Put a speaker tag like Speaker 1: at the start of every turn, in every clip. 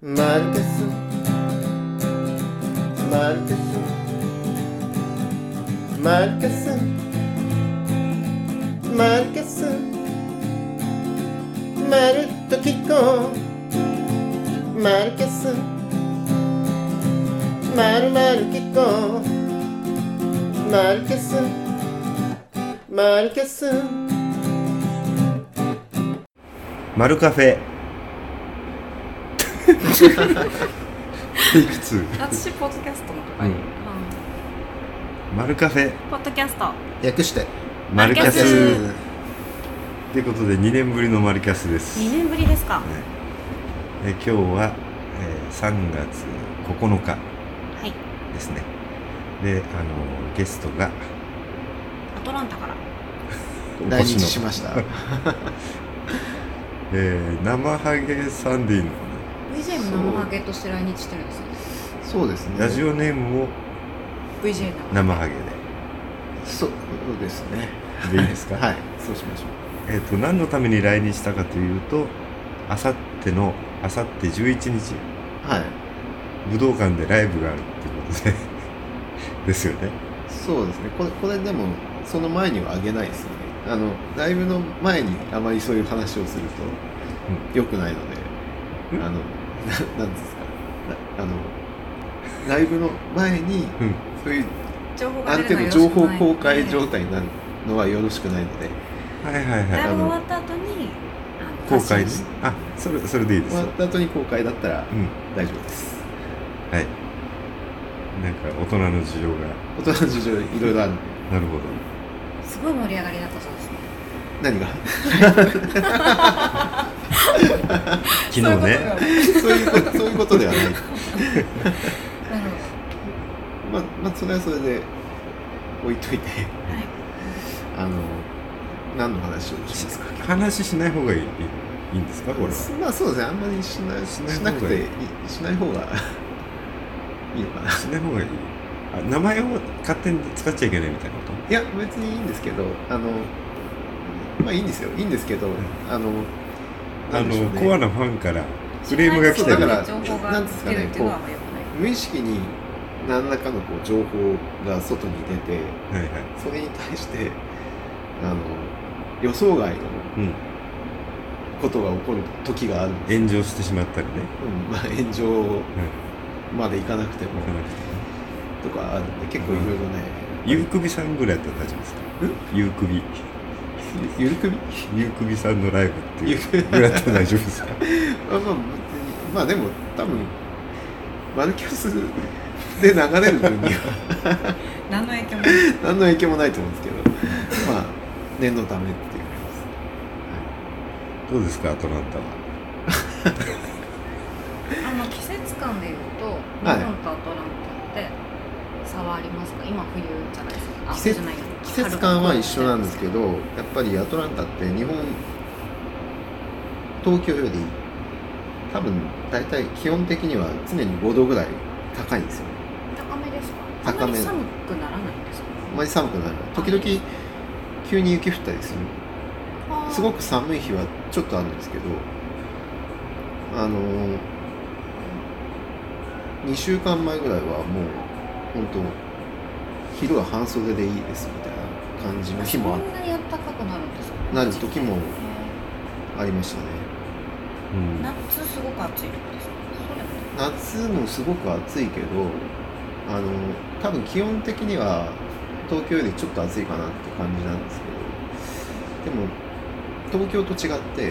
Speaker 1: マルケスマルケスマルケスマルケスまるっと聞こうマルケスまるまる聞こうマルケスマルケス
Speaker 2: マルカフ ェテイク2
Speaker 3: 私ポッドキャストも、
Speaker 2: 何マルカフェ
Speaker 3: ポッドキャスト
Speaker 1: 訳して
Speaker 2: マルキャ
Speaker 3: マルキャ
Speaker 2: スということで2年ぶりのマルキャスです
Speaker 3: 2年ぶりですか
Speaker 2: ねえ今日は、えー3月9日
Speaker 3: はい
Speaker 2: ですねであのゲストが
Speaker 3: アトランタから
Speaker 2: お
Speaker 1: 来
Speaker 2: 越
Speaker 1: 日
Speaker 2: し
Speaker 1: し
Speaker 2: の、
Speaker 1: ました
Speaker 2: えー、生ハゲさんでいいのか
Speaker 4: VJ も生ハゲとして来日してるんですよね
Speaker 1: そうですね
Speaker 2: なラジオネームも
Speaker 3: VJ の
Speaker 2: 生ハゲ
Speaker 1: そうですね
Speaker 2: ででいいですか、
Speaker 1: はいそうしましょう
Speaker 2: えっと何のために来日したかというとあさってのあさって11日
Speaker 1: はい
Speaker 2: 武道館でライブがあるっていうことで ですよね
Speaker 1: そうですねこれこれでもその前にはあげないですよねあのライブの前にあまりそういう話をすると良くないので、
Speaker 2: うん
Speaker 1: あのななんですかなあのライブの前に
Speaker 2: うん
Speaker 1: そういう
Speaker 4: 情報
Speaker 1: ある程度情報公開状態になるのはよろしくないので
Speaker 2: はいはいはい
Speaker 3: ラ
Speaker 2: あ
Speaker 3: イブ終わ
Speaker 2: の
Speaker 3: った後にあの
Speaker 2: 公開
Speaker 3: 発
Speaker 2: ね
Speaker 3: 信して
Speaker 2: あそれそれでいいで
Speaker 1: 終
Speaker 2: す
Speaker 1: わ
Speaker 2: よ
Speaker 1: った後に公開だったら
Speaker 2: うん
Speaker 1: 大丈夫です
Speaker 2: はいなんか大人の事情が
Speaker 1: 大人の事情いろいろあるのです
Speaker 2: なるほど
Speaker 4: すごい盛り上がりだったそうですね
Speaker 1: 何が
Speaker 2: 昨日ね
Speaker 1: そういうことそういうことではない
Speaker 4: なるほ
Speaker 1: まあまあそれはそれで置いといてあの何の話をしますか
Speaker 2: 話しない方がいいいいんですかこれは
Speaker 1: まあそうですねあんまりしないし
Speaker 2: ない
Speaker 1: なく
Speaker 2: 方がい
Speaker 1: て
Speaker 2: い
Speaker 1: いしない方がいいのかな
Speaker 2: しない方がいいあ名前を勝手に使っちゃいけないみたいなこと
Speaker 1: いや別にいいんですけどあのまあいいんですよいいんですけどあの
Speaker 2: あ
Speaker 1: なんでしょ
Speaker 2: の
Speaker 1: う、ね
Speaker 2: コアなファンからクレームが来て
Speaker 1: そうだ
Speaker 2: る
Speaker 1: から
Speaker 4: 情報が出るっていうのはあんま良くない
Speaker 1: 無意識に何らかのこう情報が外に出て
Speaker 2: はいはい
Speaker 1: それに対してあの予想外の
Speaker 2: うん
Speaker 1: ことが起こる時があるんです、
Speaker 2: 炎上してしまったりね
Speaker 1: うんまあ、炎上までいかなくても
Speaker 2: なかなか
Speaker 1: とかあるんで結構いろいろね、
Speaker 2: ゆうくびさんぐらいだったら大丈夫ですかゆうくび
Speaker 1: ゆるくみ
Speaker 2: ゆうくびさんのライブって
Speaker 1: ゆ
Speaker 2: いうう
Speaker 1: くび
Speaker 2: ぐらいだったら大丈夫 ですか
Speaker 1: まあまあ別にまあでも多分マルキャスで流れる分には
Speaker 3: 何の影響も
Speaker 1: 何の影響もないと思うんですけどまあ念のためっていう
Speaker 2: どうですかアトランタは
Speaker 4: あの季節感で言うと日
Speaker 1: はい
Speaker 4: 本とアトランタって差はありますか今冬じゃないですかあ
Speaker 1: 季節
Speaker 4: 冬じゃないや
Speaker 1: 季節感は
Speaker 4: 春
Speaker 1: 一緒なんですけどやっぱりアトランタって日本東京より多分大体基本的には常に5度ぐらい高いんですよ
Speaker 4: 高めですか
Speaker 1: 高
Speaker 4: 高
Speaker 1: め
Speaker 4: め寒くならないんですか
Speaker 1: あまり寒くない時々急に雪降ったりする
Speaker 4: あー
Speaker 1: すごく寒い日はちょっとあるんですけどあのー、2週間前ぐらいはもう本当昼は半袖でいいですみたいな感じの日も
Speaker 4: そんなに暖かくなるんですか
Speaker 1: なる時も
Speaker 4: へー
Speaker 1: あありましたね
Speaker 2: うん
Speaker 4: 夏すごく暑いとこですかそうでもない
Speaker 1: 夏もすごく暑いけどあの多分気温的には東京よりちょっと暑いかなって感じなんですけどでも東京と違って、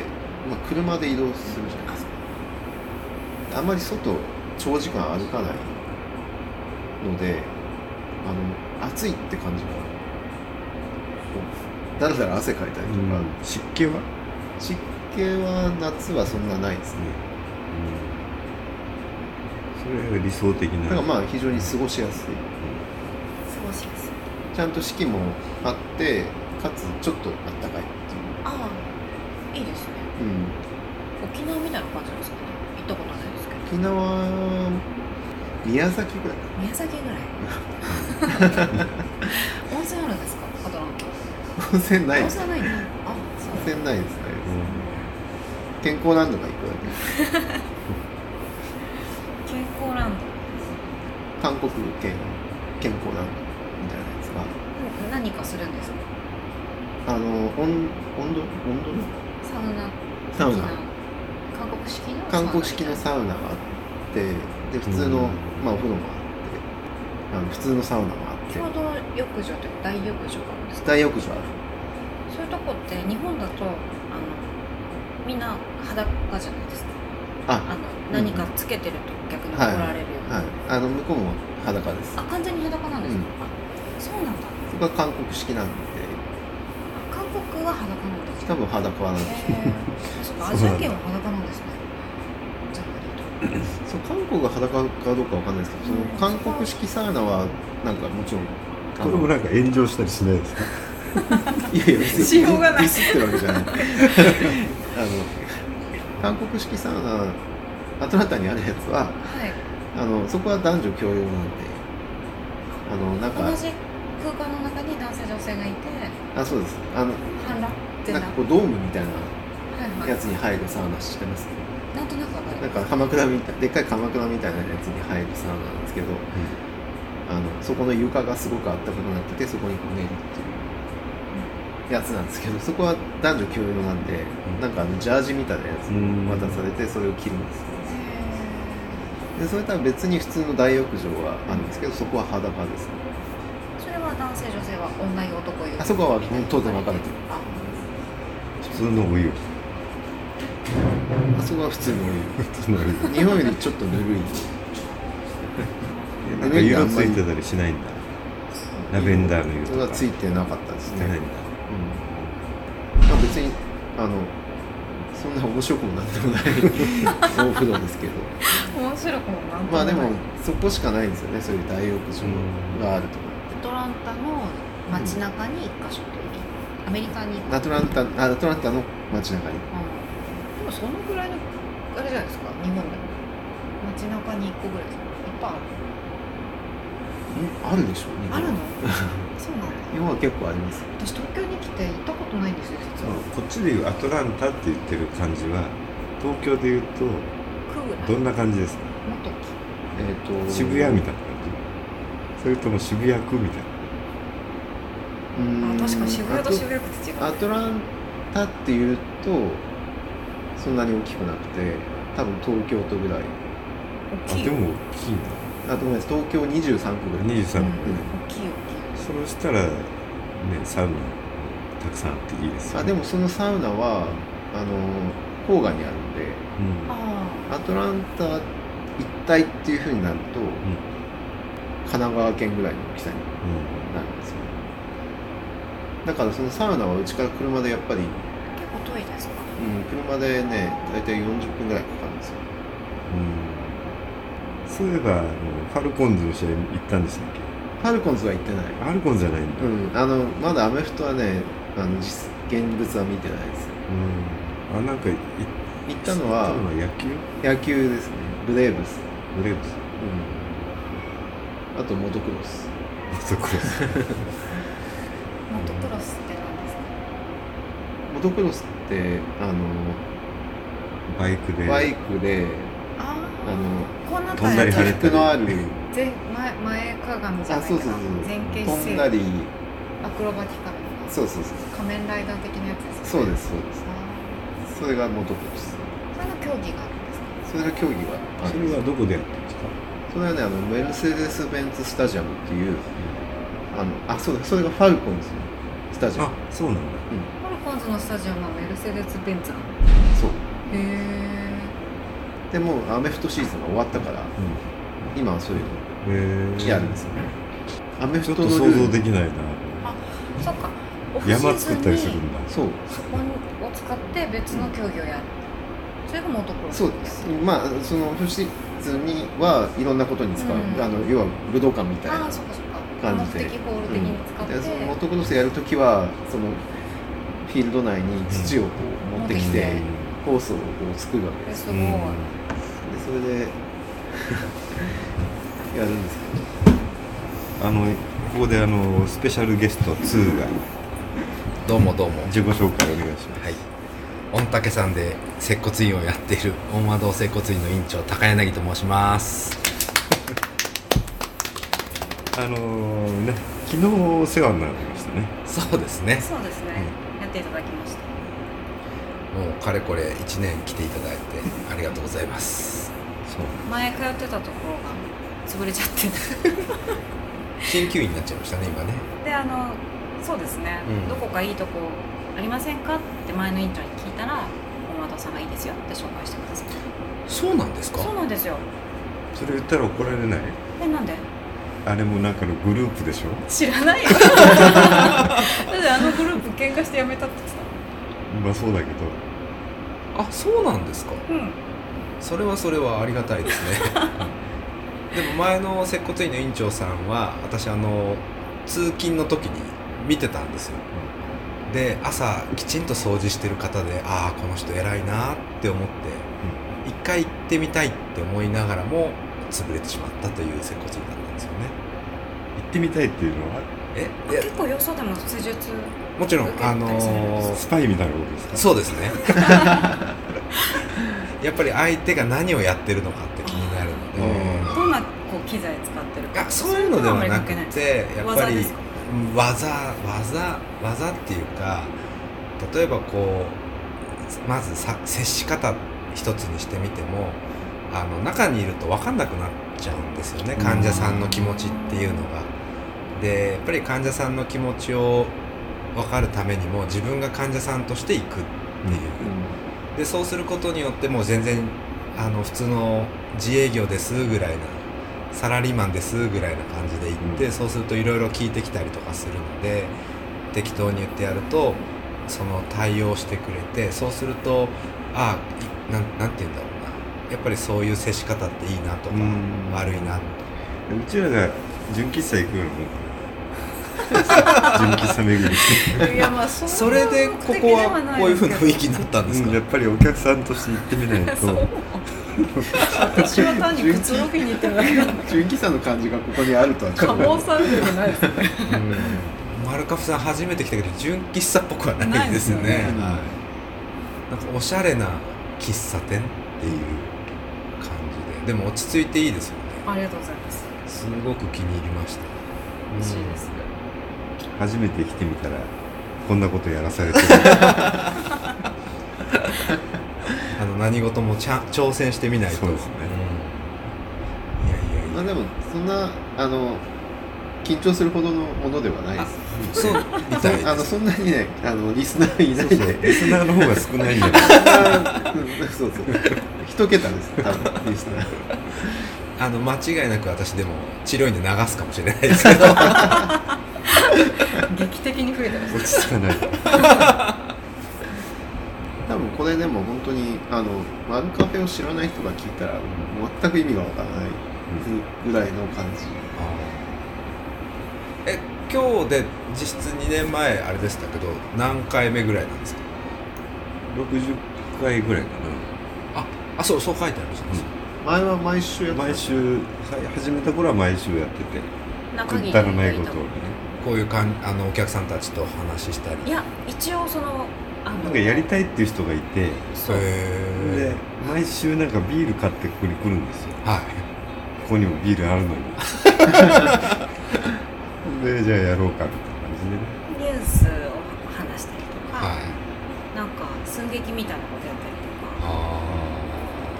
Speaker 1: まあ、車で移動するじゃないですかあんまり外長時間歩かないのであの暑いって感じがこうだらだら汗かいたりとか、
Speaker 2: 湿気は、
Speaker 1: 湿気は夏はそんなないですね
Speaker 2: それが理想的
Speaker 1: だ
Speaker 2: な
Speaker 1: からまあ非常に過ごしやすい
Speaker 4: 過ごしやすい
Speaker 1: ちゃんと四季もあってかつちょっとあったかいっていう、
Speaker 4: ああいいですね
Speaker 1: うん、
Speaker 4: 沖縄みたいな感じですかね行ったことないですけど
Speaker 1: 沖縄宮崎ぐらいか
Speaker 4: 宮崎ぐらい 温泉あるんですかアトランタ
Speaker 1: な温泉ない
Speaker 4: 温
Speaker 1: 温
Speaker 4: 泉ないんだあそうです
Speaker 1: 泉ないですね
Speaker 2: う
Speaker 1: 健康ランドが行くだ国圏健康なんみたいなやつが
Speaker 3: 何かするんですか
Speaker 1: あの温温度温度の
Speaker 3: サウナ
Speaker 1: サウナ
Speaker 3: 韓国式の
Speaker 1: 韓国式の
Speaker 3: ウ
Speaker 1: サウナがあってで普
Speaker 2: う
Speaker 1: 通の、
Speaker 2: ん
Speaker 1: まあ、お風呂もあってあの普通のサウナもあっ
Speaker 3: ナ
Speaker 1: て
Speaker 3: 共同浴場というか大浴場があるんですか
Speaker 1: 大浴場ある
Speaker 3: そういうとこって日本だとあのみんな裸じゃないですか
Speaker 1: あ
Speaker 3: あの何かつけてると逆に怒られるような、
Speaker 1: はいあの向こうも裸です
Speaker 3: あ完全に裸なんですか、あそうなんだ
Speaker 1: そこは韓国式なんで
Speaker 3: あ韓国は裸なんです
Speaker 1: 多
Speaker 3: か
Speaker 1: 分裸なんで
Speaker 3: へえそっかアジア圏は裸なんですねじゃあ
Speaker 1: そう韓国が裸かどうかわかんないですけどその韓国式サウナはなんかもちろんあ
Speaker 2: これも
Speaker 1: の
Speaker 2: なんか炎上したりしないですか
Speaker 1: いやいや、別に
Speaker 5: しようがない
Speaker 1: ディスってるわけじゃない。 あの、韓国式サウナ、アトランタにあるやつは、
Speaker 3: はい
Speaker 1: あの、そこは男女共用なんで。あの、なん
Speaker 3: 同
Speaker 1: か、
Speaker 3: じ空間の中に男性女性がいて
Speaker 1: あ、そうです。あの、
Speaker 3: 反乱って
Speaker 1: な
Speaker 3: なんは
Speaker 1: かこうドームみたいない
Speaker 3: は
Speaker 1: やつに入るサウナしてます、ね。
Speaker 3: いなんとなくわか
Speaker 1: な
Speaker 3: る
Speaker 1: んか鎌倉みたい、でっかい鎌倉みたいなやつに入るサウナなんですけど。あの、そこの床がすごくあったかくなってて、そこにこう寝るっていう。やつなんですけど、そこは男女共用なんで、なんかあのジャージみたいなやつ。
Speaker 2: ん
Speaker 1: 渡されてそれを着るんです
Speaker 3: へ
Speaker 1: でそれとは別に普通の大浴場はあるんですけどそこは裸ですね
Speaker 3: ーそれは男性女性は女湯男湯
Speaker 1: あそこは当然分かれてる
Speaker 3: あ
Speaker 2: 普通のお湯
Speaker 1: あそこは普通の
Speaker 2: 普通のお湯
Speaker 1: お湯日本よりちょっとぬるい
Speaker 2: なんか色ついてたりしないんだラベンダーの湯
Speaker 1: それ
Speaker 2: と
Speaker 1: は
Speaker 2: か
Speaker 1: ついてなかったです
Speaker 2: つい
Speaker 1: ね
Speaker 2: てない
Speaker 1: うん
Speaker 2: だ
Speaker 1: まあ、別にあのそんな面白くもなんでもない お風呂ですけど
Speaker 3: 面白くもなんと
Speaker 1: まあで
Speaker 3: ない
Speaker 1: もそこしかないんですよねそういう大浴場があると
Speaker 3: アトランタの街中に一箇所というアメリカに一
Speaker 1: アトランタアトランタの街中に
Speaker 3: うんでもそのぐらいのあれじゃないですか日本でも街中に1個ぐらいですかいっぱい
Speaker 1: あるでしょ日
Speaker 3: あるある
Speaker 1: 本
Speaker 3: の そうなんだ
Speaker 1: 日本は結構ありますよ
Speaker 3: 私東京に来て行ったことないんですよ実は
Speaker 2: こっちでいうアトランタって言ってる感じは東京でいうと
Speaker 3: 区ぐらい
Speaker 2: どんな感じですか
Speaker 3: もっと大
Speaker 1: えっ、と
Speaker 2: 渋谷みたいな感じそれとも渋谷区みたいな
Speaker 1: う
Speaker 5: あ
Speaker 1: ーん
Speaker 5: 確かに渋谷と渋谷区って違う
Speaker 1: アトランタっていうとそんなに大きくなくて多分東京都ぐらい
Speaker 2: あ
Speaker 5: 大きい
Speaker 2: でも大きい
Speaker 1: あとごめんなさい東京23区ぐらい
Speaker 2: な23
Speaker 3: うん
Speaker 2: 区
Speaker 3: きい大きい
Speaker 2: そうしたらねサウナたくさんあっていいですよ、ね、
Speaker 1: あでもそのサウナはあの郊外にあるんで
Speaker 2: うん
Speaker 3: あ
Speaker 1: アトランタ一帯っていうふうになると、神奈川県ぐらいの大きさになるんですよだからそのサウナはうちから車でやっぱり、う
Speaker 3: あ結構遠いですか
Speaker 1: ん、車でね大体40分ぐらいかかるんですよ
Speaker 2: うんそういえばあのファルコンズの試合行ったんでしたっけ
Speaker 1: ファルコンズは行ってない
Speaker 2: ファルコンズじゃないんだ、
Speaker 1: うん、あのまだアメフトはねあの実現物は見てないです
Speaker 2: うんあなんかい
Speaker 1: 行ったのは
Speaker 2: 行ったの野球
Speaker 1: 野球ですねブレーブス、
Speaker 2: ブレーブス
Speaker 1: うん、あとモトクロス
Speaker 2: あそこ です
Speaker 3: モトクロスって何ですか
Speaker 1: モトクロスってあ
Speaker 2: バイクで
Speaker 1: のバイクで
Speaker 3: あ
Speaker 1: あ
Speaker 3: あこ
Speaker 1: の
Speaker 3: んな
Speaker 2: 飛んだり跳
Speaker 1: 起
Speaker 2: ねた
Speaker 1: 伏
Speaker 2: り
Speaker 1: のある
Speaker 3: 前前前かがみじゃ
Speaker 1: あ
Speaker 3: ないか
Speaker 1: そうそうそう
Speaker 3: な前傾姿
Speaker 1: 飛んだ
Speaker 3: 勢
Speaker 1: り
Speaker 3: アクロバティカルな
Speaker 1: そうそうそう
Speaker 3: 仮面ライダー的なやつですか
Speaker 1: そうですそうで
Speaker 3: あー
Speaker 1: すそれがモトクロス
Speaker 3: それの競技があるんですか
Speaker 1: それが競技はあ
Speaker 2: そ
Speaker 1: るん
Speaker 2: れ
Speaker 1: です
Speaker 2: はどこでやったんですか、
Speaker 1: それはねあのメルセデス・ベンツ・スタジアムっていうあのあそうだそれがファルコンズのスタジアム
Speaker 2: あそうなんだ
Speaker 3: ファルコンズのスタジアムはメルセデス・ベンツなのへ
Speaker 1: そう
Speaker 3: え
Speaker 1: でもうアメフトシーズンが終わったから
Speaker 2: う
Speaker 1: 今はそういうの
Speaker 2: んへえ
Speaker 1: やるんですよねアメ
Speaker 2: ちょ
Speaker 1: フ
Speaker 2: っ
Speaker 1: ト
Speaker 2: と
Speaker 1: のル
Speaker 2: 想像
Speaker 1: ール
Speaker 2: できないな
Speaker 3: そっかオフシ
Speaker 2: 山
Speaker 3: ーズ
Speaker 2: 作
Speaker 3: ン
Speaker 2: っ
Speaker 3: に
Speaker 2: たりするんだ
Speaker 1: そう
Speaker 3: そこを使って別の競技をやるそれがモトクロス
Speaker 1: そうですまあその不自然にはいろんなことに使う、
Speaker 3: うん
Speaker 1: あの要は武道館みたい
Speaker 3: あ
Speaker 1: な
Speaker 3: あそっかそっか
Speaker 1: 感
Speaker 3: 目
Speaker 1: じで
Speaker 3: 的ゴール的に使って、
Speaker 1: でそのモトクロスやるときはそのフィールド内に土をこう持ってきて、コースをこう作るわけ
Speaker 3: え
Speaker 1: です
Speaker 3: す
Speaker 2: う
Speaker 3: ごい、
Speaker 2: ん
Speaker 1: でそれで やるんですけ
Speaker 2: あのここであのスペシャルゲスト2が
Speaker 6: どうもどうも。
Speaker 2: 自己紹介お願いします
Speaker 6: はい。御嶽山で接骨院をやっている、御和堂接骨院の院長、高柳と申します。
Speaker 2: あのーね昨日お世話になりましたね
Speaker 6: そうですね
Speaker 3: そうですね、やっていただきました
Speaker 6: もうかれこれ1年来ていただいてありがとうございます
Speaker 2: そう
Speaker 3: 前通ってたところが潰れちゃって
Speaker 6: 鍼灸院になっちゃいましたね今ね
Speaker 3: であのそうですね、
Speaker 6: うん
Speaker 3: どこかいいとこありませんかって前の院長に聞いたら大和さんがいいですよって紹介してくださって
Speaker 6: そうなんですか
Speaker 3: そうなんですよ
Speaker 2: それ言ったら怒られない
Speaker 3: えなんで
Speaker 2: あれもなんかのグループでしょ
Speaker 3: 知ら ないよだってあのグループ喧嘩して辞めたって言って
Speaker 2: まあそうだけど
Speaker 6: あそうなんですか
Speaker 3: たうん
Speaker 6: それはそれはありがたいです ねでも前の接骨院の院長さんは私あの通勤の時に見てたんですよで朝きちんと掃除してる方でああこの人偉いなって思って一回行ってみたいって思いながらも潰れてしまったという接骨院だったんですよね
Speaker 2: 行ってみたいっていうのは
Speaker 6: えいや
Speaker 3: 結構よそでも施術
Speaker 6: もちろん
Speaker 3: 受けた
Speaker 6: あ
Speaker 3: りするんで
Speaker 6: の
Speaker 2: スパイみたいなことですか
Speaker 6: そう ですねやっぱり相手が何をやってるのかって気になるので、
Speaker 2: うん
Speaker 3: どんなこう機材使ってる
Speaker 6: い
Speaker 3: か
Speaker 6: やそういうのではなく
Speaker 3: そう
Speaker 6: て
Speaker 3: いう
Speaker 6: や
Speaker 3: のは
Speaker 6: っ
Speaker 3: あ
Speaker 6: ぱ
Speaker 3: まり関係ない技で
Speaker 6: り
Speaker 3: すか
Speaker 6: うん技技技っていうか例えばこうまずさ接し方一つにしてみてもあの中にいると分かんなくなっちゃうんですよね
Speaker 2: うん
Speaker 6: 患者さんの気持ちっていうのが。でやっぱり患者さんの気持ちを分かるためにも自分が患者さんとして行くっていうでそうすることによってもう全然あの普通の自営業ですぐらいなサラリーマンですぐらいな感じで行って、
Speaker 2: うん
Speaker 6: そうするといろいろ聞いてきたりとかするので適当に言ってやるとその対応してくれてそうするとああなんなんて言うんだろうなやっぱりそういう接し方っていいなとか、
Speaker 2: うん
Speaker 6: 悪いなと
Speaker 2: うちらが純喫茶行くようなもんかな純喫茶巡りして
Speaker 4: いやまあそ
Speaker 6: か
Speaker 4: んな
Speaker 6: それでこ
Speaker 4: 目的
Speaker 6: こ
Speaker 4: で
Speaker 6: は
Speaker 4: ない
Speaker 6: こういう
Speaker 4: です
Speaker 6: ふ
Speaker 4: け
Speaker 6: う
Speaker 4: ど
Speaker 6: な雰囲気になったんですか、
Speaker 2: うんやっぱりお客さんとして行ってみ ないと
Speaker 4: 私は単にくつろぎに行ってるだけ なの
Speaker 1: 純喫茶の感じがここにあるとはちょ
Speaker 4: か
Speaker 1: っ
Speaker 4: も
Speaker 1: と
Speaker 4: されてないです
Speaker 6: うんマルカフさん初めて来たけど純喫茶っぽくはないですね
Speaker 4: ないです
Speaker 1: よね
Speaker 6: はいなんかおしゃれな喫茶店っていう感じででも落ち着いていいですよね
Speaker 3: ありがとうございます
Speaker 6: すごく気に入りました
Speaker 3: 嬉しいです
Speaker 2: 初めて来てみたらこんなことやらされてる
Speaker 6: あの何事もちゃん挑戦してみないと
Speaker 2: そうですね
Speaker 6: うんいやいやい
Speaker 1: ま
Speaker 6: や
Speaker 1: あでもそんなあの緊張するほどのものではないです
Speaker 6: そうみたいです
Speaker 1: あのそんなにねあのリスナーいないんで
Speaker 2: そうリスナーの方が少ないん じゃない
Speaker 1: うん そうそう一桁です多分リスナー
Speaker 6: あの間違いなく私でも治療院で流すかもしれないですけど
Speaker 4: 劇的に増えたらしい
Speaker 2: 落ち着かない
Speaker 1: 多分これでも本当にあのマルカフェを知らない人が聞いたら全く意味がわからないぐらいの感じ
Speaker 6: え今日で実質2年前あれでしたけど何回目ぐらいなんですか
Speaker 2: 60回ぐらいか
Speaker 6: ああそうそう書いてあるんですね
Speaker 1: 前は毎週や
Speaker 2: な
Speaker 1: ってた
Speaker 2: 毎週さ始めた頃は毎週やってて
Speaker 3: 中
Speaker 2: く
Speaker 3: 木
Speaker 2: だらないことをね
Speaker 6: こういうかんあのお客さんたちとお話ししたり
Speaker 3: いや一応そのあの
Speaker 2: なんかやりたいっていう人がいて
Speaker 3: そう
Speaker 2: で
Speaker 6: へ
Speaker 2: 毎週なんかビール買ってここに来るんですよ
Speaker 6: ーはい
Speaker 2: ここにもビールある のにでじゃあやろうかみたいな感じでね
Speaker 3: ニュースを話したりとか、
Speaker 6: はい
Speaker 3: なんか寸劇みたいなことやったりとか
Speaker 6: あ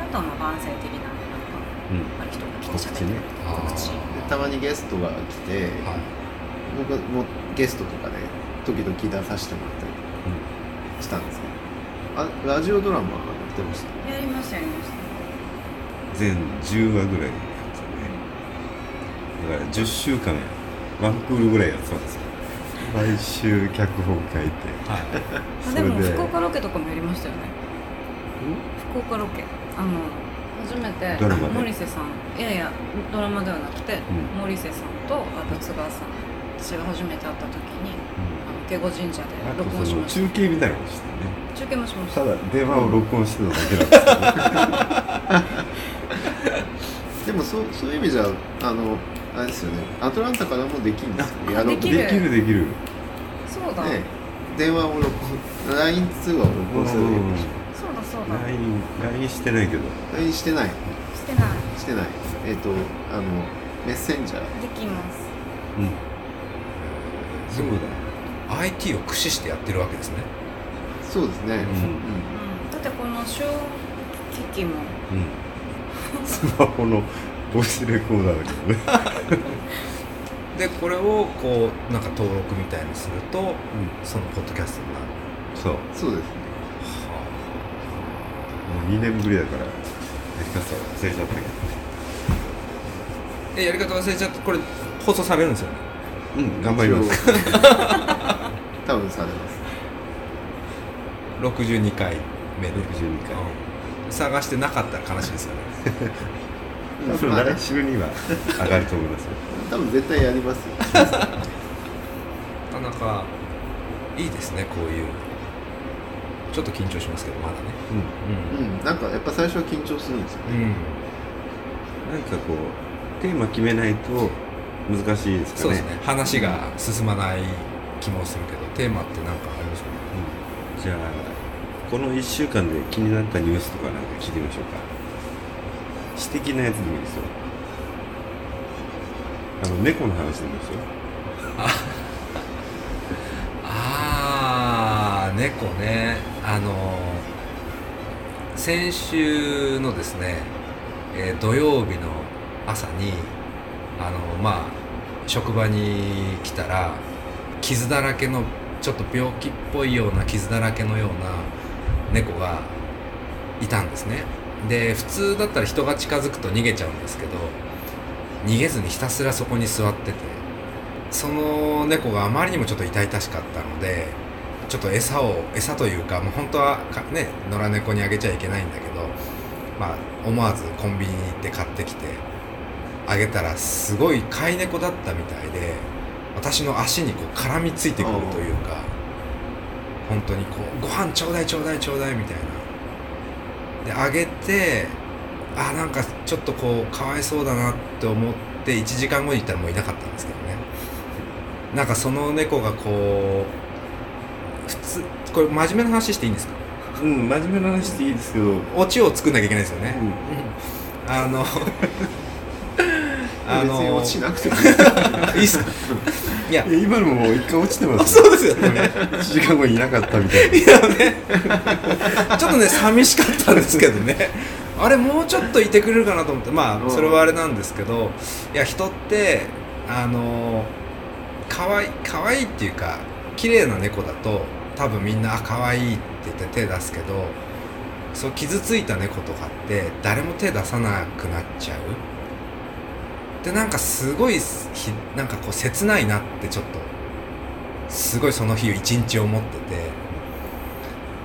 Speaker 3: あとはまあ万世的ななんか
Speaker 2: うん
Speaker 3: ある人が来て喋ってくれて
Speaker 6: 告
Speaker 3: 告
Speaker 6: 知
Speaker 3: 知
Speaker 6: ね
Speaker 1: でたまにゲストが来て
Speaker 6: ーはい
Speaker 1: 僕もゲストとかで時々出させてもらったりしたんですけどあラジオドラマやってました
Speaker 3: やりましたやりました
Speaker 2: 全10話ぐらいやってたねだから10週間ワンクールぐらいやってたんですよ毎週脚本書いて
Speaker 6: はい
Speaker 3: あ
Speaker 2: そ
Speaker 3: で
Speaker 2: れ
Speaker 3: も
Speaker 2: で
Speaker 3: 福岡ロケとかもやりましたよね福岡ロケあの初めて
Speaker 2: ドラマで
Speaker 3: 森瀬さんいやいやドラマではなくて、
Speaker 2: ん
Speaker 3: 森瀬さんとあと津川さん私が初めて会った時にあの慶吾神社で
Speaker 2: あ
Speaker 3: 録
Speaker 2: と
Speaker 3: 音し
Speaker 2: その
Speaker 3: まし
Speaker 2: 中継みたいなことしてね
Speaker 3: た中継もしました
Speaker 2: ただ電話を録音してただけなんで
Speaker 1: でもそうそういう意味じゃあのあれですよねアトランタからもできるんですよやろう
Speaker 3: で
Speaker 2: け
Speaker 3: き
Speaker 2: ど
Speaker 3: る
Speaker 2: できるできる
Speaker 3: そうだ、
Speaker 1: ね電話を録音 LINE 通話を録音するだけでし
Speaker 3: そうだそうだ
Speaker 2: LINE LINE してないけど
Speaker 1: ょ LINE してない
Speaker 3: してない
Speaker 1: してないえっ、とあのメッセンジャー
Speaker 3: できます
Speaker 2: うんそうだ
Speaker 6: IT を駆使してやってるわけですね
Speaker 1: そうですね、
Speaker 2: うん
Speaker 3: うんだってこの消機器も
Speaker 2: うんスマホのボイスレコーダーだけどね
Speaker 6: でこれをこうなんか登録みたいにすると、そのポッドキャストになる
Speaker 2: そうも
Speaker 1: そうですね
Speaker 2: う2年ぶりだからやり方忘れちゃったけど
Speaker 6: えやり方忘れちゃってこれ放送されるんですよね
Speaker 2: うん頑張ります
Speaker 1: す多分されます
Speaker 6: 62回目で
Speaker 2: 62回
Speaker 6: うん探してなかったら悲しいですよね
Speaker 1: 多
Speaker 2: そ
Speaker 1: 分,、
Speaker 2: れ
Speaker 1: まあね
Speaker 2: 来、週には上がると思いますよ
Speaker 1: 多分絶対やりますよ
Speaker 6: なかなかいいですねこういうちょっと緊張しますけどまだね
Speaker 2: うん
Speaker 1: うんなんかやっぱ最初は緊張するんですよ
Speaker 6: うん、うん、
Speaker 2: なんかこうテーマ決めないと難しいですかね
Speaker 6: そうですね話が進まない気もするけどテーマってなんかありますかね
Speaker 2: うんじゃあこの1週間で気になったニュースとかなんか聞いてみましょうか私的なやつでもいいですよあの猫の話でもいいですよ
Speaker 6: ああ猫ねあの先週のですね、えー土曜日の朝にあのまあ職場に来たら傷だらけのちょっと病気っぽいような傷だらけのような猫がいたんですねで普通だったら人が近づくと逃げちゃうんですけど逃げずにひたすらそこに座っててその猫があまりにもちょっと痛々しかったのでちょっと餌を餌というかもう本当はかね野良猫にあげちゃいけないんだけど、まあ、思わずコンビニに行って買ってきてあげたらすごい飼い猫だったみたいで私の足にこう絡みついてくるというか本当にこう「ご飯ちょうだいちょうだいちょうだい」みたいな。であげてあなんかちょっとこうかわいそうだなって思って1時間後に行ったらもういなかったんですけどね。なんかその猫がこう普通これ真面目な話していいんですか
Speaker 2: うん真面目な話でいいですけど、うん、
Speaker 6: オチを作んなきゃいけないですよね、あのあ
Speaker 1: 別に
Speaker 6: の
Speaker 1: 落ちなくても
Speaker 6: いいっすかい や
Speaker 2: いや今のも一回落ちてます
Speaker 6: そうですよね
Speaker 2: 1時間後にいなかったみたいな
Speaker 6: ちょっとね寂しかったんですけど ねあれもうちょっといてくれるかなと思ってま
Speaker 1: う
Speaker 6: あ
Speaker 1: ん
Speaker 6: それはあれなんですけどいや人ってあの可愛い可愛いっていうか綺麗な猫だと多分みんな「あ可愛いって言って手出すけどそう傷ついた猫とかって誰も手出さなくなっちゃうでなんかすごいひなんかこう切ないなってちょっとすごいその日一日思ってて。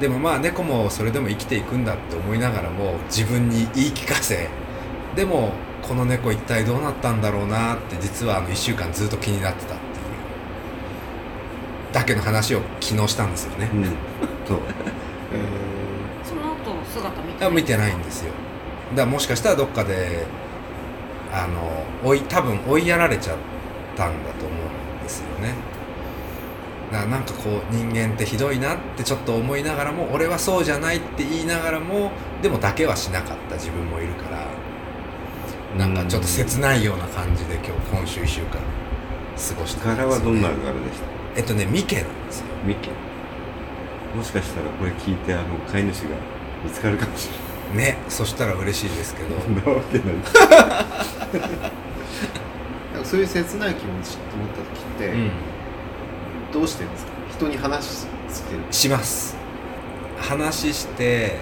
Speaker 6: でもまあ猫もそれでも生きていくんだって思いながらも自分に言い聞かせでもこの猫一体どうなったんだろうなって実はあの1週間ずっと気になってたっていうだけの話を昨日したんですよね
Speaker 2: うんそう
Speaker 1: え
Speaker 3: その後姿見て
Speaker 6: あ見てないんですよだからもしかしたらどっかであの追い多分追いやられちゃったんだと思うんですよねだからなんかこう人間ってひどいなってちょっと思いながらも俺はそうじゃないって言いながらもでもだけはしなかった自分もいるからなんかちょっと切ないような感じで今日今週1週間過ごして
Speaker 2: 柄はどんな柄でした
Speaker 6: えっとねミケなんですよ
Speaker 2: ミケもしかしたらこれ聞いてあの飼い主が見つかるかもし
Speaker 6: ねそしたら嬉しいですけど
Speaker 2: れないそんなわけない
Speaker 1: ーなんかそういう切ない気持ちって思った時って、
Speaker 6: うん
Speaker 1: どうしてるんですか人に話してる
Speaker 6: します話して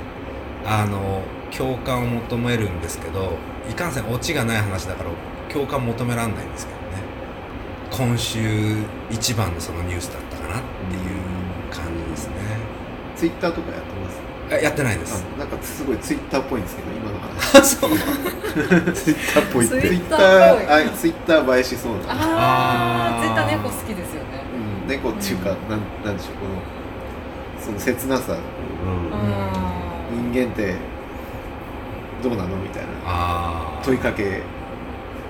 Speaker 6: あの共感を求めるんですけどいかんせんオチがない話だから共感求めらんないんですけどね今週一番のそのニュースだったかなっていう感じですね
Speaker 1: ツイッターとかやってます
Speaker 6: あやってないです
Speaker 1: あなんかすごいツイッターっぽいんですけど今の話
Speaker 6: あそう
Speaker 2: ツイッターっぽいっ
Speaker 1: ツ
Speaker 2: て
Speaker 1: イッターあツイッター映えしそうな、
Speaker 4: あ
Speaker 6: あー
Speaker 4: あ絶対猫好きですよね
Speaker 1: うん、猫っていうか、なんなんでしょうこのその切なさ
Speaker 2: う
Speaker 4: う
Speaker 2: ん
Speaker 4: ん
Speaker 1: 人間ってどうなのみたいな
Speaker 6: ああ
Speaker 1: 問いかけ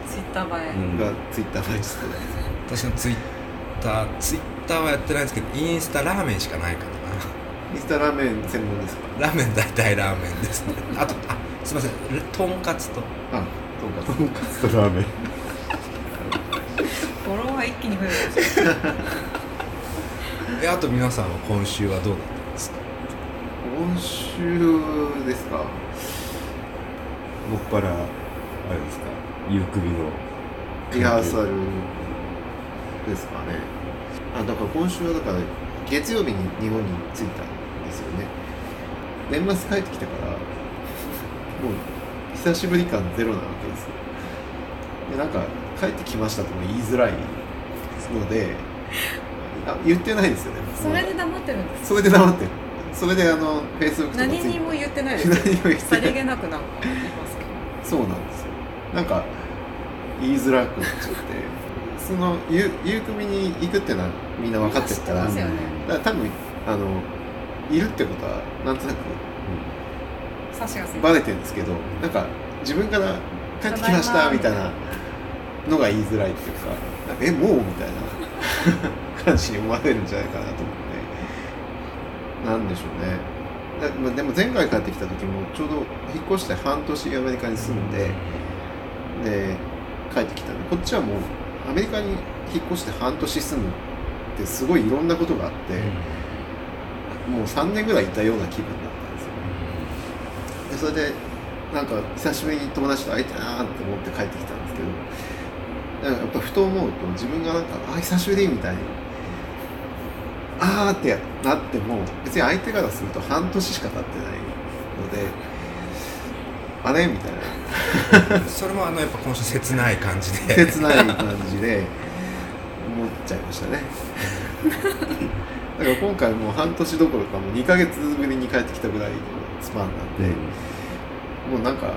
Speaker 4: ツイッター映え
Speaker 2: うん
Speaker 1: がツイッター映えしそう
Speaker 6: 私のツイッターツイッターはやってないんですけどインスタラーメンしかないかな
Speaker 1: インスタラーメン専門ですか
Speaker 6: ラーメン大体ラーメンですねあとあすいませんとんかつと
Speaker 1: あとんかつ
Speaker 2: とんかつとラーメン
Speaker 4: 語呂はい一気に増えるん ですよ
Speaker 6: えあと皆さんは今週はどうだったんですか
Speaker 1: 今週ですか
Speaker 2: もっぱらあれですか夕首の
Speaker 1: リハーサルですかねあだから今週はだから月曜日に日本に着いたんですよね年末帰ってきてからもう久しぶり感ゼロなわけですよでなんか帰ってきましたとも言いづらいのであ言ってないですよね
Speaker 4: それで黙ってるんです
Speaker 1: それで黙ってるそれであのフェイスブックとか
Speaker 4: 何にも言ってないです
Speaker 1: 何にも言ってな
Speaker 4: さ
Speaker 1: い
Speaker 4: りげなくなんか言いますけど
Speaker 1: そうなんですよなんか言いづらくなっちゃってそのゆ夕組に行くってのはみんな分かってるか
Speaker 4: 知ってま
Speaker 1: らだ
Speaker 4: す
Speaker 1: か
Speaker 4: よね
Speaker 1: ら多分あのいるってことはなんとなく
Speaker 4: 差しが先
Speaker 1: バレてるんですけどなんか自分から帰ってきましたた
Speaker 4: だいま
Speaker 1: みたいなのが言いづらいっていうかなんかえもうみたいな 感じに思われるんじゃないかなと思ってなんでしょうねだまあでも前回帰ってきた時もちょうど引っ越して半年アメリカに住んでで帰ってきたんでこっちはもうアメリカに引っ越して半年住むってすごいいろんなことがあって、もう3年ぐらいいたような気分だったんですよでそれでなんか久しぶりに友達と会えたなーって思って帰ってきたんですけどなんかやっぱふと思うと自分がなんか「あ久しぶり」みたいに「あー」ってなっても別に相手からすると半年しか経ってないので「あれ?」みたいな
Speaker 6: それもあのやっぱ今週切ない感じで
Speaker 1: 切ない感じで思っちゃいましたねだから今回もう半年どころかもう2ヶ月ぶりに帰ってきたぐらいのスパンなんで、もうなんか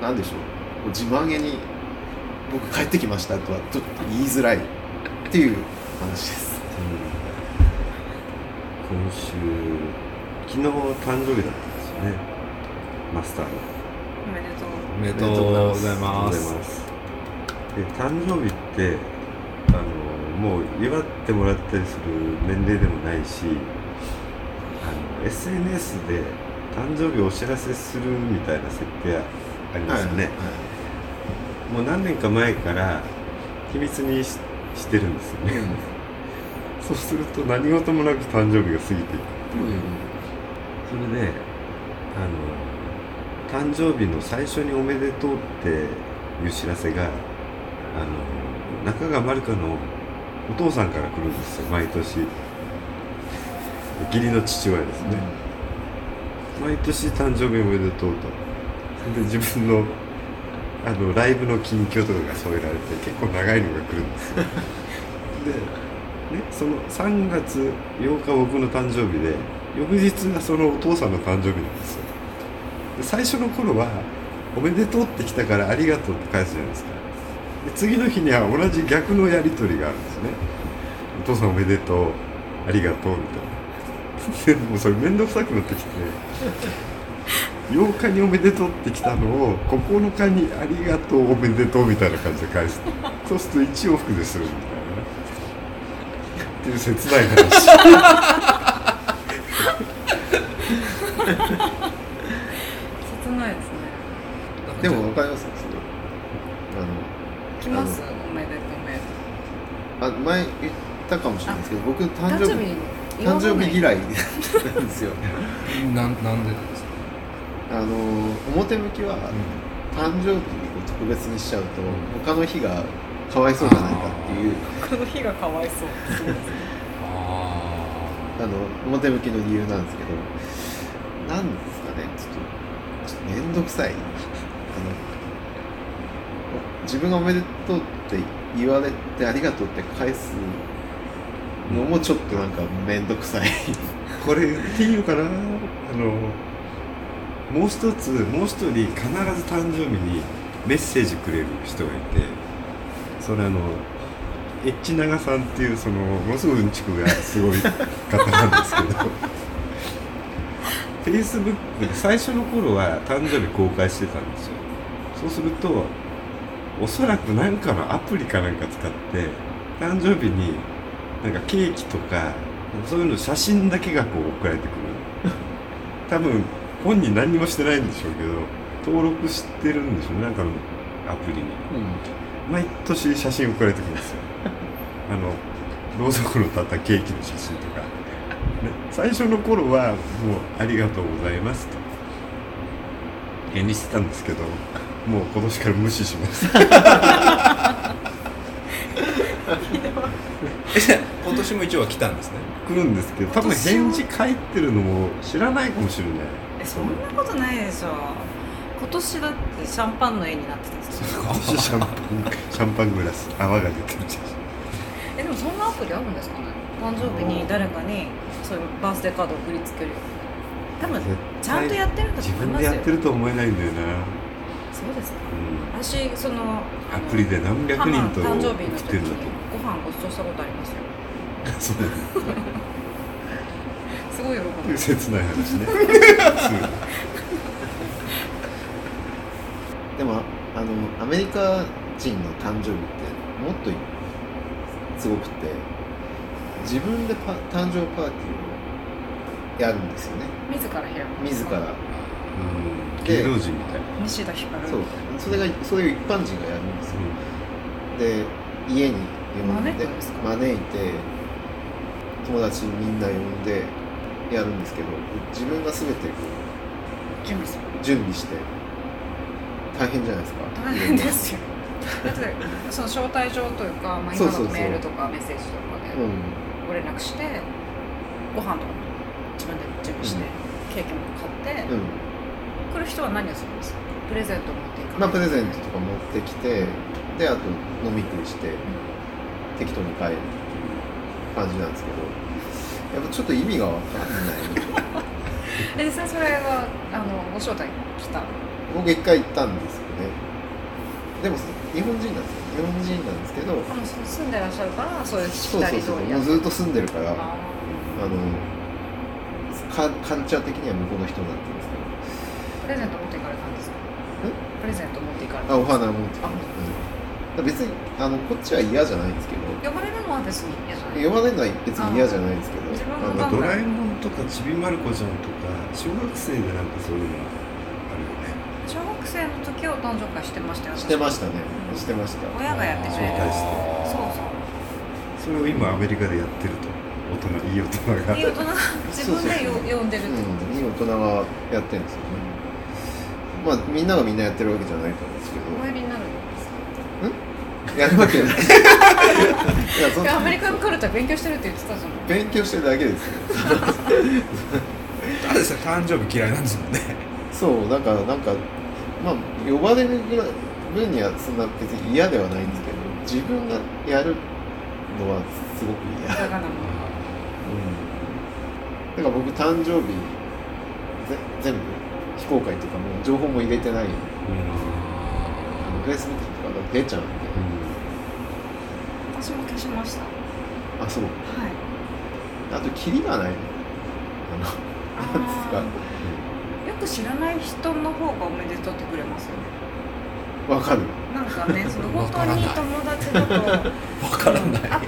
Speaker 1: なんでしょうもう自慢げに「僕帰ってきました」とはちょっと言いづらいっていう話です
Speaker 2: 今週昨日誕生日だったんですよねマスターの
Speaker 3: おめでとう
Speaker 6: おめでとうございます
Speaker 2: で誕生日ってあのもう祝ってもらったりする年齢でもないしあの SNS で誕生日お知らせするみたいな設定ありますよね、
Speaker 1: はい
Speaker 2: もう何年か前から秘密にししてるんですよね、そうすると何事もなく誕生日が過ぎていくそれであの誕生日の最初に「おめでとう」っていう知らせがあの中川まるかのお父さんから来るんですよ毎年義理の父親ですね、毎年誕生日おめでとうとで自分のあのライブの近況とかが添えられて結構長いのが来るん ですよで、ね、その3月8日僕の誕生日で翌日がそのお父さんの誕生日なんですよで最初の頃は「おめでとう」って来たから「ありがとう」って返すじゃないですかで次の日には同じ逆のやり取りがあるんですね「お父さんおめでとう」「ありがとう」みたいな でもうそれ面倒くさくなってきて8日におめでとうってきたのを9日にありがとうおめでとうみたいな感じで返すそうすると1往復でするみたいなっていう切ない話
Speaker 4: 切ないですね
Speaker 1: うんでも分かりますよそれ
Speaker 4: 来ますおめでとうめ
Speaker 1: あのあ前言ったかもしれないですけど僕誕
Speaker 4: 誕
Speaker 1: 生
Speaker 4: 生
Speaker 1: 日
Speaker 4: 日
Speaker 1: 誕生日
Speaker 4: 言わ
Speaker 1: 嫌いなんですよ
Speaker 6: なんなんでですか
Speaker 1: あの表向きは誕生日を特別にしちゃうと他の日がかわいそうじゃないかっていう
Speaker 4: ないこの日がかわい そう
Speaker 6: あ
Speaker 1: あの表向きの理由なんですけどなんですかねちょっとちょっと面倒くさいあの自分が「おめでとう」って言われて「ありがとう」って返すのもちょっとなんか面倒くさい
Speaker 2: これ言っていいのかなあのもう一つもう一人必ず誕生日にメッセージくれる人がいてそれあのエッチ長さんっていうそのものすごいうんちくがすごい方なんですけど フェイスブックで最初の頃は誕生日公開してたんですよそうするとおそらく何かのアプリかなんか使って誕生日になんかケーキとかそういうの写真だけがこう送られてくる 多分本人何にもしてないんでしょうけど登録してる んでしょうねなんかのアプリに毎年写真送られてくるんですよあのろうそくの立ったケーキの写真とか、ね、最初の頃はもう「ありがとうございます」と返事してたんですけどもう今年から無視します
Speaker 6: えじゃあ今年も一応は来たんですね
Speaker 2: 来るんですけど多分返事返ってるのも知らないかもしれない
Speaker 3: えそんなことないでしょ今年だってシャンパンの絵になってたん ですよ
Speaker 2: 今年シャンパンシャンパングラス泡が出てる写真
Speaker 4: えでもそんなアプリあるんですかね
Speaker 3: 誕生日に誰かにそういうバースデーカード送りつけるよ多分
Speaker 2: 絶対
Speaker 3: ちゃんとやってるんだと
Speaker 2: 自
Speaker 3: 思い
Speaker 2: 分
Speaker 3: ま
Speaker 2: です
Speaker 3: よ
Speaker 2: やってると思えないんだよな、
Speaker 3: そうですか
Speaker 2: うん、
Speaker 3: 私その
Speaker 2: アプリで何百人と
Speaker 3: ハマ誕
Speaker 2: 送
Speaker 3: 生
Speaker 2: っ
Speaker 3: 日の時
Speaker 2: てるんだと
Speaker 3: にご飯ご馳走したことありますよ
Speaker 2: そうだね
Speaker 3: すごい喜んで
Speaker 2: 切ない話ね
Speaker 1: でもあのアメリカ人の誕生日ってもっとすごくて自分でパ誕生パーティーをやるんですよね
Speaker 4: 自ら開く
Speaker 1: 自ら
Speaker 2: うん
Speaker 1: で
Speaker 2: 芸能人みたいな
Speaker 3: 西田ひかる
Speaker 1: そうそれがそれを一般人がやるんですよで家に呼んで
Speaker 4: 招くんですか
Speaker 1: 招いて友達みんな呼んでやるんですけど自分が全てこう
Speaker 4: 準備する
Speaker 1: 準備して大変じゃないですか
Speaker 4: 大変ですよだってその招待状というか、まあ、
Speaker 1: そう
Speaker 4: 今
Speaker 1: そうそう
Speaker 4: のメールとかメッセージとか
Speaker 1: う
Speaker 4: で
Speaker 1: ん
Speaker 4: ご連絡してご飯とかも自分で準備して、ケーキも買って、
Speaker 1: うん
Speaker 4: 来る人は何をするんですかプレゼントを持っていく
Speaker 1: まあ、プレゼントとか持ってきてであと飲み食いして適当に帰るっていう感じなんですけどやっぱちょっと意味が分かんない
Speaker 4: え実際それはあのご招待来た
Speaker 1: 僕一回行ったんですよねでも日本人なんですよ日本人なんですけど
Speaker 4: あもう住んでらっしゃるからそういうしき
Speaker 1: そう
Speaker 4: た
Speaker 1: そ
Speaker 4: り
Speaker 1: う
Speaker 4: 通
Speaker 1: そう
Speaker 4: りや
Speaker 1: もうずっと住んでるからあ
Speaker 4: あ
Speaker 1: のかカルチャー的には向こうの人になってるんです
Speaker 4: ープレゼント持っていかれたんですかプレゼント持っていかれ
Speaker 1: け
Speaker 4: た
Speaker 1: どあお花持ってきて、うん、別にあのこっちは嫌じゃないんですけ
Speaker 4: 呼ばれるのは別に嫌じゃない
Speaker 1: ど呼ばれるのは別に嫌じゃないんですけど
Speaker 4: あ自分の
Speaker 1: あの
Speaker 4: 番
Speaker 2: ドラえもんとかちびまる子ちゃんとか小学生でなんかそういうのあ
Speaker 4: 小学生の時お誕生会してましたよ
Speaker 1: してましたね
Speaker 4: うん
Speaker 1: してました
Speaker 4: 親がやってくれ
Speaker 2: る
Speaker 4: た
Speaker 2: あ
Speaker 4: そう
Speaker 6: う
Speaker 4: そ
Speaker 2: るよねそれを今アメリカでやってると大人いい大
Speaker 4: うっ
Speaker 2: 人
Speaker 4: ていう大人
Speaker 2: が
Speaker 4: が自分でよ
Speaker 1: そうそう
Speaker 4: 呼んでるってことです
Speaker 1: うん、いい大人がやってるんですよねまあみんながみんなやってるわけじゃないと思うんですけ
Speaker 4: おやりになるんです
Speaker 1: どやるわけないいやそん
Speaker 4: いやアメリカのカルチャー勉強してるって言ってたじゃん
Speaker 1: 勉強してるだけですよ
Speaker 6: あれですね誕生日嫌いなんですもんね
Speaker 1: そうだからなんかまあ呼ばれるぐらい分にはそんな別に嫌ではないんですけど自分がやるのはすごく嫌
Speaker 4: だからもう
Speaker 1: だから僕誕生日ぜ全部非公開というかもう情報も入れてないよあの Facebook とかだと出ちゃうんで
Speaker 3: 私も消しましたは
Speaker 1: あそう
Speaker 3: い
Speaker 1: あとキリがないのあの
Speaker 3: あーよく知らない人の方がおめでとうってくれますよね
Speaker 1: わかる
Speaker 3: なんかねその
Speaker 6: わ
Speaker 3: 本
Speaker 6: か
Speaker 3: 当
Speaker 6: らない
Speaker 3: に友達だと
Speaker 6: わからない
Speaker 3: あ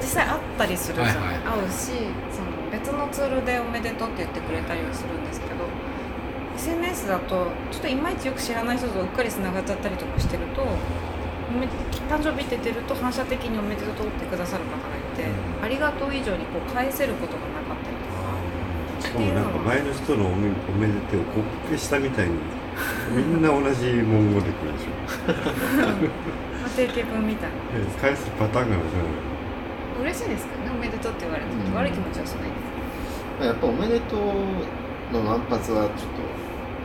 Speaker 3: 実際会ったりするじゃん、
Speaker 6: はいはい
Speaker 3: 会うしその別のツールで「おめでとう」って言ってくれたりはするんですけど SNS だとちょっといまいちよく知らない人とうっかりつながっちゃったりとかしてるとおめ誕生日って出ると反射的に「おめでとう」ってくださる方がいて「ありがとう」以上にこう返せることがなかったりとか
Speaker 2: しかもなんか前の人のおめおめでてをコピペしたみたいにみんな同じ文言でくるでしょ
Speaker 3: まあ定型文みたい
Speaker 2: え
Speaker 3: な
Speaker 2: 返すパターンがなくなる
Speaker 4: 嬉しいですけどねおめでとうって言われて
Speaker 1: うん
Speaker 4: 悪い気持ちはしないです
Speaker 1: やっぱおめでとうの万発はちょっと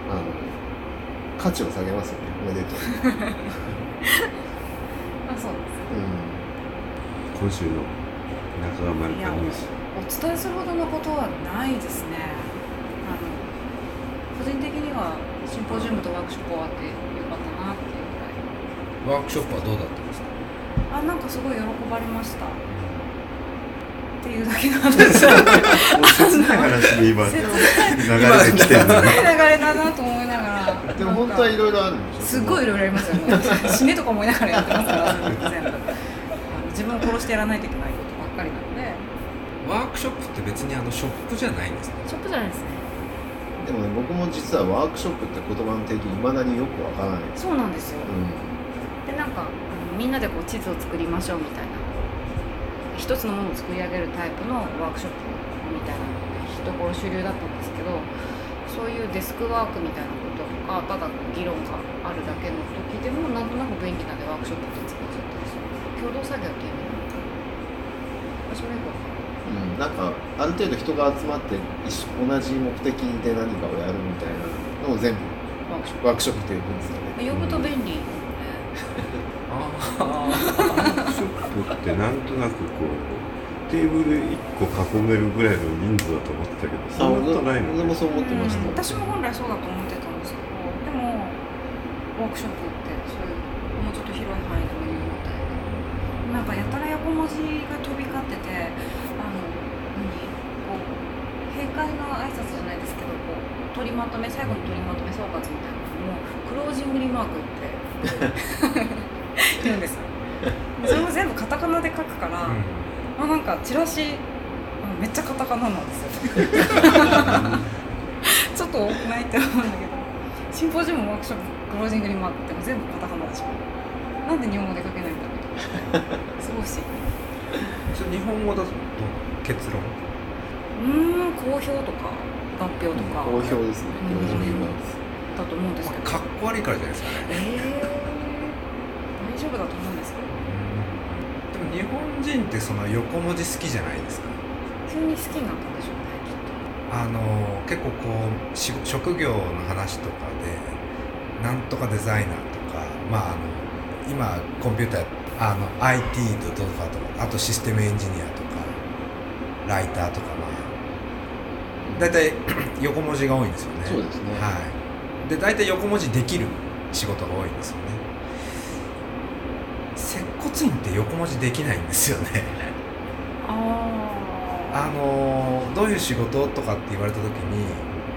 Speaker 1: あの価値を下げますよねおめでとう、
Speaker 4: あそうで
Speaker 1: う
Speaker 2: 今週の中川丸かニュース
Speaker 3: お伝えするほどのことはないですねあの個人的にはシンポジウムとワークショップ終わってよかったなっていうぐらい
Speaker 6: ワークショップはどうだったんですか
Speaker 3: あなんかすごい喜ばれましたっていうだけの話なんで
Speaker 2: もう切ない話で今流
Speaker 3: 切
Speaker 2: れてきてるのに
Speaker 3: ない流れだなと思いながら
Speaker 1: ん、でも本当はいろいろあるんでしょ
Speaker 3: すごいいろいろありますよね死ねとか思いながらやってますから全部あの自分を殺してやらないといけないことばっかりなので
Speaker 6: ワークショップって別にあのショップじゃないんですね
Speaker 3: ショップじゃないですね
Speaker 1: でもね僕も実はワークショップって言葉の定義いまだによくわからないです
Speaker 3: そうなんですよ
Speaker 1: うん
Speaker 3: でなんかあのみんなでこう地図を作りましょうみたいな一つのものを作り上げるタイプのワークショップみたいなところ主流だったんですけどそういうデスクワークみたいなこととかただ議論があるだけの時でもなんとなく便利なんでワークショップって作っちゃったりする共同作業っていう意味なのかな私もよくわかんない
Speaker 1: うん、なんかある程度人が集まって一緒同じ目的で何かをやるみたいなのを全部
Speaker 3: ワークショップ
Speaker 1: ワークショップと呼ぶんですよね
Speaker 3: 呼ぶと便利よね
Speaker 6: あ
Speaker 2: ショップってなんとなくこうテーブル1個囲めるぐらいの人数だと思ってたけどそんなことないの
Speaker 1: 俺
Speaker 2: ね
Speaker 1: もそう思ってました、
Speaker 3: うん私も本来そうだと思ってたんですけどでもワークショップってそういうもうちょっと広い範囲でもいいみたいな。なんかやたら横文字が飛び交っててあの何こう閉会の挨拶じゃないですけどこう取りまとめ最後に取りまとめ総括みたいなのもクロージングリマークって言うん ですよそれも全部カタカナで書くから、
Speaker 6: あ
Speaker 3: あなんかチラシうんめっちゃカタカナなんですよちょっと多くないって思うんだけどシンポジウムワークショップクロージングリマークっても全部カタカナでしょなんで日本語で書けないんだろうすごいし
Speaker 6: それ日本語だと結論
Speaker 3: うーん公表とか合表とか
Speaker 1: 好評ですね
Speaker 3: うん
Speaker 1: 標準リマークス
Speaker 3: だと思うんです
Speaker 6: まあ
Speaker 3: けど
Speaker 6: かっこ悪いからじゃないですか
Speaker 3: え
Speaker 6: ね
Speaker 3: ー、大丈夫だと思うんですけど
Speaker 6: でも日本人ってその横文字好きじゃないですか
Speaker 3: 急に好きになったんでしょうねきっと
Speaker 6: あの結構こうし職業の話とかでなんとかデザイナーとかまああの今コンピューターあの IT ととかとかあとシステムエンジニアとかライターとかまあ大体 横文字が多いんですよね
Speaker 1: そうですね
Speaker 6: はいで大体横文字できる仕事が多いんですよね接骨院って横文字できないんですよね
Speaker 3: あ
Speaker 6: あのーどういう仕事とかって言われた時に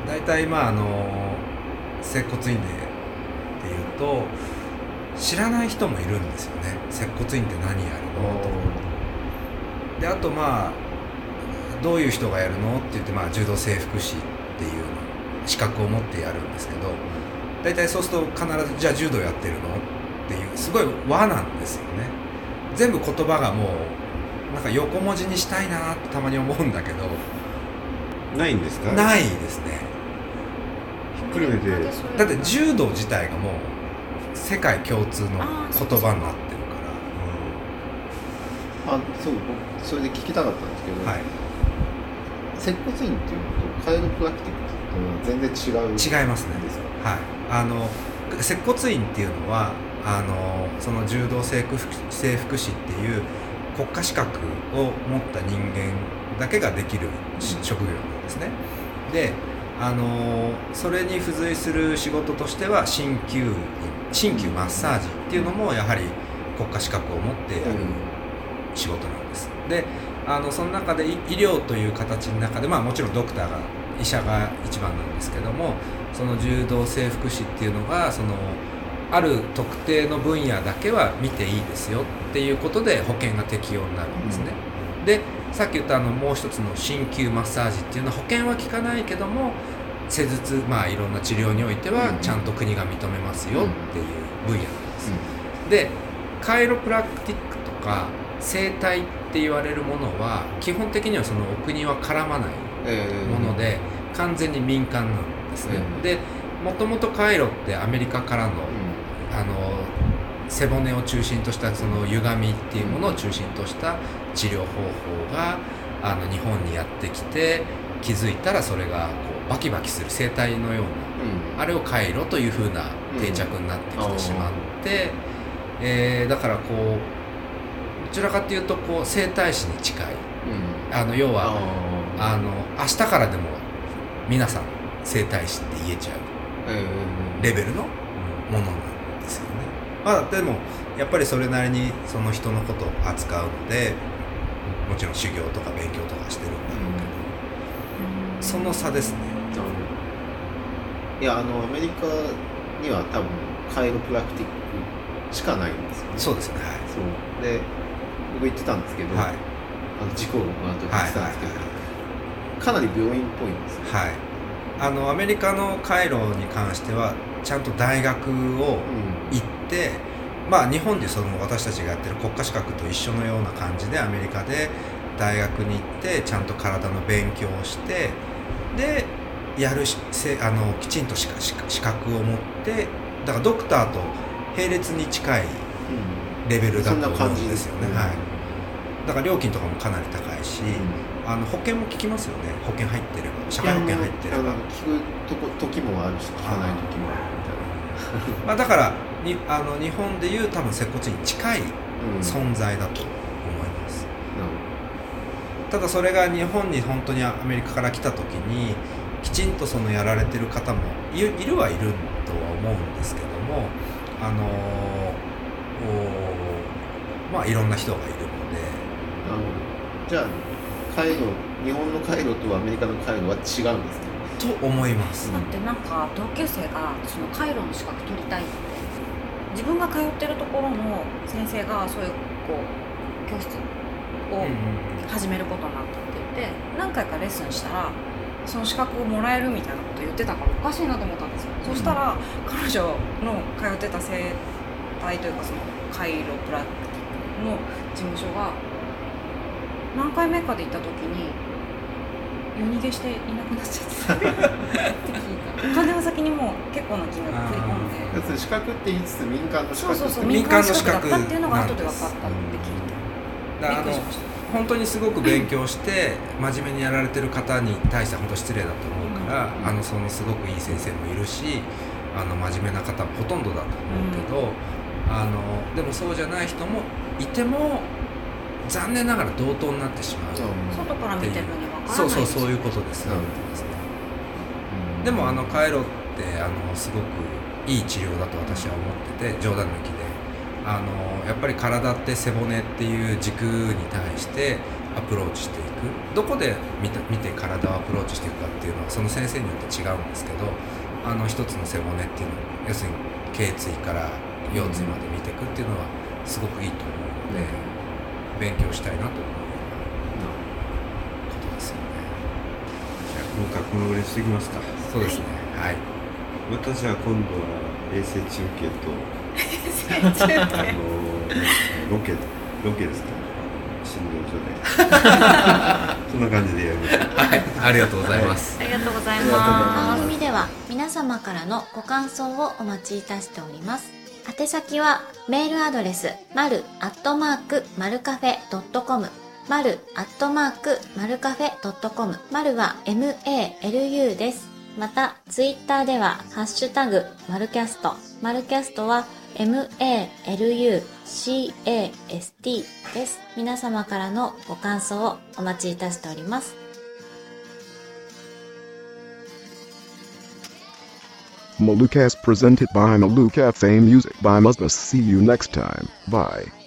Speaker 6: 大体まああのー接骨院でっていうと知らない人もいるんですよね接骨院って何やるのとかであとまあどういう人がやるのって言って、まあ、柔道整復師っていう資格を持ってやるんですけど大体そうすると必ず「じゃあ柔道やってるの?」っていうすごい和なんですよね全部言葉がもうなんか横文字にしたいなってたまに思うんだけど
Speaker 2: ないんですか
Speaker 6: ないですね
Speaker 2: ひっくるめて
Speaker 6: だって柔道自体がもう世界共通の言
Speaker 3: あーそうそう
Speaker 6: 葉になってるか
Speaker 2: う
Speaker 1: あそう僕それで聞きたかったんですけど、
Speaker 6: ら、はい、
Speaker 1: 接骨院っていうのとカイロプラクティックっていうのは全然違う
Speaker 6: 違いますね
Speaker 1: ですか
Speaker 6: はい、あの接骨院っていうのはあのその柔道整復整復師っていう国家資格を持った人間だけができるし職業なんですね。であのそれに付随する仕事としては鍼灸院鍼灸マッサージっていうのもやはり国家資格を持ってやる仕事なんです。であのその中でい医療という形の中で、まあ、もちろんドクターが医者が一番なんですけどもその柔道整復師っていうのがそのある特定の分野だけは見ていいですよっていうことで保険が適用になるんですね。でさっき言ったあのもう一つの鍼灸マッサージっていうのは保険は効かないけども施術まあいろんな治療においてはちゃんと国が認めますよっていう分野なんです。でカイロプラクティックとか整体って言われるものは基本的にはそのお国は絡まない
Speaker 1: えー
Speaker 6: もので、完全に民間なんですね、
Speaker 1: うん
Speaker 6: でもともとカイロってアメリカからの,、
Speaker 1: う
Speaker 6: あの背骨を中心としたその歪みっていうものを中心とした治療方法があの日本にやってきて気づいたらそれがこうバキバキする整体の
Speaker 1: う
Speaker 6: ようなん
Speaker 1: ん
Speaker 6: あれを回路というふうな定着になってきてしまって、えーだからこうどちらかというとこう整体師に近い
Speaker 1: うん
Speaker 6: あの要は
Speaker 1: あ
Speaker 6: あの明日からでも皆さん整体師って言えちゃう
Speaker 1: ーえー
Speaker 6: レベルのものなんですよね。まあでもやっぱりそれなりにその人のことを扱うのでもちろん修行とか勉強とかしてるんだろうけど、その差ですね。
Speaker 1: なるほどいやあのアメリカには多分カイロプラクティックしかないんですよね
Speaker 6: そうですね。
Speaker 1: そうで僕行ってたんですけど、
Speaker 6: はい。はい。
Speaker 1: あの事故の後に行
Speaker 6: は
Speaker 1: っ
Speaker 6: い。
Speaker 1: てたん
Speaker 6: は
Speaker 1: ですけど、
Speaker 6: い。
Speaker 1: かなり病院っぽいんですよ、
Speaker 6: はい、あのアメリカのカイロに関してはちゃんと大学
Speaker 1: う
Speaker 6: を
Speaker 1: ん
Speaker 6: 行ってまあ、日本でその私たちがやってる国家資格と一緒のような感じでアメリカで大学に行ってちゃんと体の勉強をしてでやるしせあのきちんと資格資格資格を持ってだからドクターと並列に近いレベルだ
Speaker 1: そんな
Speaker 6: と思う
Speaker 1: 感
Speaker 6: ん
Speaker 1: じ
Speaker 6: ですよね。はい、だから料金とかもかなり高いし、あの保険も効きますよね保険入ってれば社会保険入ってれ
Speaker 1: あの
Speaker 6: ば。
Speaker 1: 聞くとこ時もあるし聞かない時もある
Speaker 6: まあ、だからにあの日本でいう多分接骨院に近い
Speaker 1: みたいな、うん、
Speaker 6: 存在だと思います、ただそれが日本に本当にアメリカから来た時にきちんとそのやられてる方もいいるはいるとは思うんですけどもあのおまあいろんな人がいるので
Speaker 1: あのじゃあ回路日本の回路とアメリカの回路は違うんですね
Speaker 6: と思います、
Speaker 3: だってなんか同級生がそのカイロの資格取りたいって自分が通ってるところの先生がそういうこう教室
Speaker 6: うん
Speaker 3: を始めることになったって言って何回かレッスンしたらその資格をもらえるみたいなこと言ってたからおかしいなと思ったんですよ、そしたら彼女の通ってた生態というかそのカイロプラクティックの事務所が何回目かで行った時に夜逃げしていなくなっちゃってって聞いた お金は先にもう結構な金額食い込んで
Speaker 6: あー
Speaker 1: 要するに資格って言いつつ民間の資
Speaker 3: そう
Speaker 1: 格
Speaker 3: そうそう
Speaker 6: 民
Speaker 3: 民
Speaker 6: 間
Speaker 3: 間
Speaker 6: の
Speaker 3: 資
Speaker 6: 資格
Speaker 3: 格だったっていうのが後で分かっ
Speaker 6: な
Speaker 3: たって聞いて
Speaker 6: だからあ
Speaker 3: びっくりし
Speaker 6: の
Speaker 3: ました
Speaker 6: 本当にすごく勉強して真面目にやられてる方に対しては本当失礼だと思うから、
Speaker 1: うん
Speaker 6: あのそのすごくいい先生もいるしあの真面目な方もほとんどだと思うけど、あのでもそうじゃない人もいても残念ながら同等になってしまう、
Speaker 3: 外から見てるに分からない
Speaker 6: そうそうそういうこととです、
Speaker 1: うん
Speaker 6: そういうことですねでもあのカイロってあのすごくいい治療だと私は思ってて冗談抜きであのやっぱり体って背骨っていう軸に対してアプローチしていくどこで見て見て体をアプローチしていくかっていうのはその先生によって違うんですけどあの一つの背骨っていうのは要するに頸椎から腰椎まで見ていくっていうのはすごくいいと思うので勉強したいなと思うようなことですよね
Speaker 2: じゃあ今回このぐらいにしてきますか
Speaker 6: そうですねはい
Speaker 2: 私は今度は衛星中継とあのロケロケですか診療所でそんな感じでやりました
Speaker 6: はい、ありがとうございます。
Speaker 3: ありがとうござい
Speaker 1: ま
Speaker 3: ますす
Speaker 7: 番組では皆様からのご感想をお待ちいたしております宛先はメールアドレスまるアットマークまるカフェドットコムまるアットマークまるカフェドットコムまるは MALU ですまたツイッターではハッシュタグまるキャストまるキャストは MALUCAST です皆様からのご感想をお待ちいたしております
Speaker 8: Malukas presented by Malukafe music by Musmus. See you next time. Bye.